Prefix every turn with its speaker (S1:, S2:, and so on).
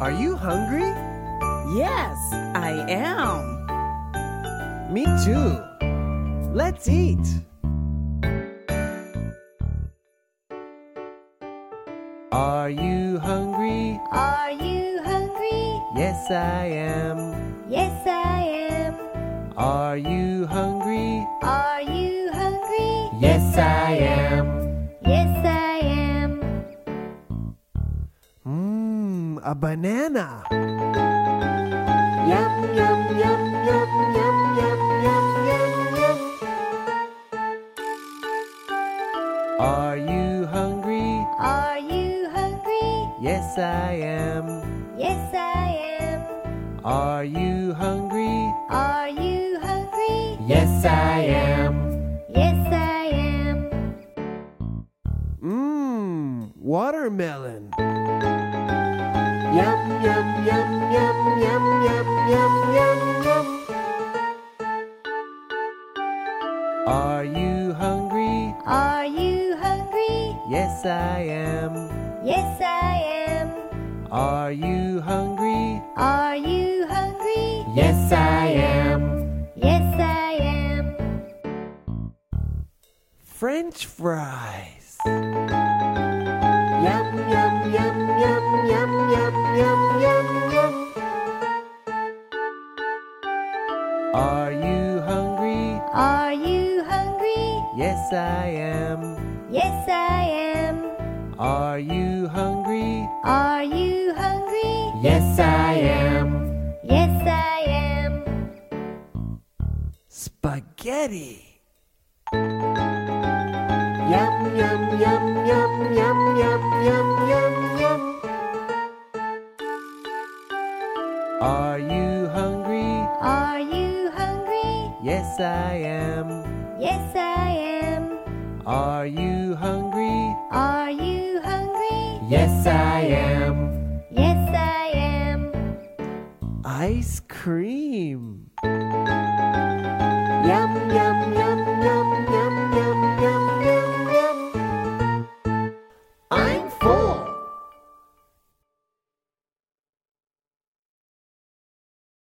S1: Are you hungry?
S2: Yes, I am.
S1: Me too. Let's eat. Are you hungry?
S3: Are you hungry?
S1: Yes, I am.
S3: Yes, I am.
S1: Are you hungry?
S3: Are you hungry?
S1: Yes, I am.
S3: Yes, I am.
S1: Mmm, a banana.
S3: Yum, yum, yum, yum, yum, yum, yum, yum, yum.
S1: Are you hungry?
S3: Are you hungry?
S1: Yes, I am.
S3: Yes, I am.
S1: Are you hungry?
S3: Are you hungry?
S1: Yes, I am.
S3: Yes, I am.
S1: Mmm, watermelon.
S3: Yum, yum, yum, yum, yum, yum, yum, yum, yum.
S1: Are you hungry?
S3: Are you hungry?
S1: Yes, I am.
S3: Yes, I am.
S1: Are you hungry?
S3: Are you hungry?
S1: Yes, I am.
S3: Yes, I am.
S1: French fries.
S3: Yum, yum, yum, yum, yum, yum, yum, yum, yum.
S1: Are you hungry?
S3: Are you hungry?
S1: Yes, I am.
S3: Yes, I am.
S1: Are you hungry?
S3: Are you hungry?
S1: Yes, I am.
S3: Yes, I am.
S1: Spaghetti.
S3: Yum, yum, yum, yum, yum, yum, yum, yum, yum.
S1: Are you hungry?
S3: Are you hungry?
S1: Yes, I am.
S3: Yes, I am.
S1: Are you hungry?
S3: Are you hungry?
S1: Yes, I am.
S3: Yes, I am.
S1: Ice cream.
S3: Yum, yum,